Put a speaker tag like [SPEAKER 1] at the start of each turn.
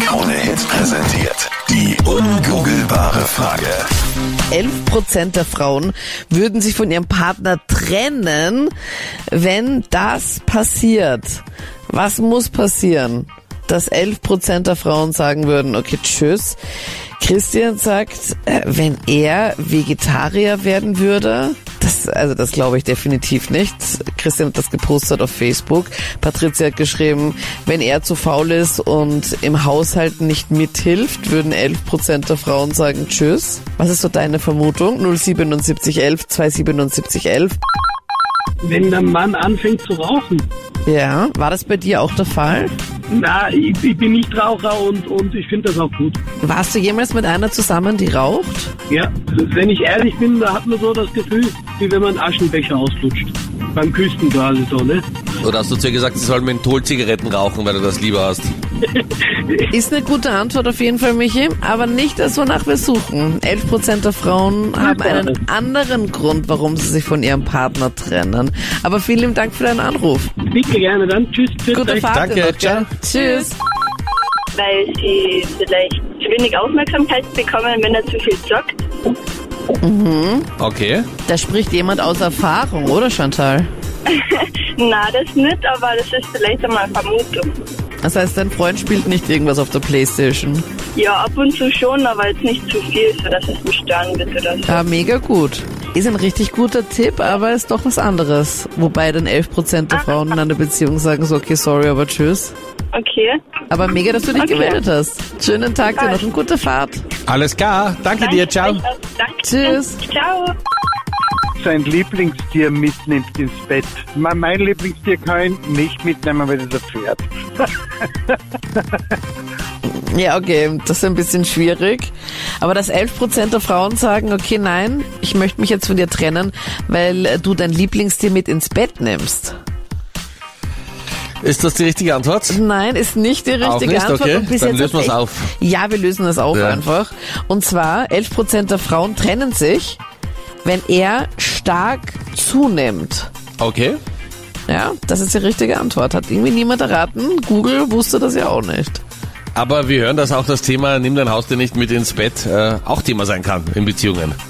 [SPEAKER 1] Krone Hits präsentiert die ungoogelbare Frage.
[SPEAKER 2] 11% der Frauen würden sich von ihrem Partner trennen, wenn das passiert. Was muss passieren, dass 11% der Frauen sagen würden, okay, tschüss. Christian sagt, äh, wenn er Vegetarier werden würde, das, also das glaube ich definitiv nicht. Christian hat das gepostet auf Facebook. Patricia hat geschrieben, wenn er zu faul ist und im Haushalt nicht mithilft, würden 11% der Frauen sagen Tschüss. Was ist so deine Vermutung? 07711 27711.
[SPEAKER 3] Wenn der Mann anfängt zu rauchen.
[SPEAKER 2] Ja, war das bei dir auch der Fall?
[SPEAKER 3] Na, ich, ich bin nicht Raucher und, und ich finde das auch gut.
[SPEAKER 2] Warst du jemals mit einer zusammen, die raucht?
[SPEAKER 3] Ja, wenn ich ehrlich bin, da hat man so das Gefühl, wie wenn man einen Aschenbecher auslutscht. Beim Küsten quasi so, ne?
[SPEAKER 4] Oder hast du zu ihr gesagt, sie soll Mentholzigaretten rauchen, weil du das lieber hast?
[SPEAKER 2] Ist eine gute Antwort auf jeden Fall, Michi, aber nicht das, wonach wir suchen. 11% der Frauen haben einen anderen Grund, warum sie sich von ihrem Partner trennen. Aber vielen lieben Dank für deinen Anruf.
[SPEAKER 3] Bitte gerne dann. Tschüss, tschüss.
[SPEAKER 2] Gute
[SPEAKER 3] euch.
[SPEAKER 2] Fahrt.
[SPEAKER 4] Danke,
[SPEAKER 2] dir noch, gell?
[SPEAKER 4] ciao.
[SPEAKER 2] Tschüss.
[SPEAKER 5] weil sie vielleicht zu wenig Aufmerksamkeit bekommen, wenn er zu viel joggt.
[SPEAKER 4] Okay.
[SPEAKER 2] Da spricht jemand aus Erfahrung, oder Chantal?
[SPEAKER 5] Na, das nicht, aber das ist vielleicht einmal eine Vermutung.
[SPEAKER 2] Das heißt, dein Freund spielt nicht irgendwas auf der Playstation.
[SPEAKER 5] Ja, ab und zu schon, aber jetzt nicht zu viel, sodass es mich stören wird oder so.
[SPEAKER 2] Ja, mega gut. Ist ein richtig guter Tipp, aber ist doch was anderes. Wobei dann 11% der Frauen in einer Beziehung sagen so, okay, sorry, aber tschüss.
[SPEAKER 5] Okay,
[SPEAKER 2] Aber mega, dass du dich
[SPEAKER 5] Okay.
[SPEAKER 2] gemeldet hast. Schönen Tag dir noch und gute Fahrt.
[SPEAKER 4] Alles klar. Danke dir. Ciao.
[SPEAKER 5] euch auch. Danke.
[SPEAKER 2] Tschüss.
[SPEAKER 5] Ciao.
[SPEAKER 6] sein Lieblingstier mitnimmt ins Bett. Mein, mein Lieblingstier kann ich nicht mitnehmen, weil das ein Pferd.
[SPEAKER 2] Ja, okay, das ist ein bisschen schwierig. Aber dass 11% der Frauen sagen, okay, nein, ich möchte mich jetzt von dir trennen, weil du dein Lieblingstier mit ins Bett nimmst.
[SPEAKER 4] Ist das die richtige Antwort?
[SPEAKER 2] Nein, ist nicht die richtige
[SPEAKER 4] Auch nicht?
[SPEAKER 2] Antwort.
[SPEAKER 4] Okay,
[SPEAKER 2] und bis
[SPEAKER 4] dann
[SPEAKER 2] jetzt
[SPEAKER 4] lösen
[SPEAKER 2] hat's
[SPEAKER 4] wir's
[SPEAKER 2] echt-
[SPEAKER 4] auf.
[SPEAKER 2] Ja, wir lösen das auf
[SPEAKER 4] Ja.
[SPEAKER 2] einfach. Und zwar, 11% der Frauen trennen sich, wenn er stark zunimmt.
[SPEAKER 4] Okay.
[SPEAKER 2] Ja, das ist die richtige Antwort. Hat irgendwie niemand erraten. Google wusste das ja auch nicht.
[SPEAKER 4] Aber wir hören, dass auch das Thema Nimm dein Haustier nicht mit ins Bett äh, auch Thema sein kann in Beziehungen.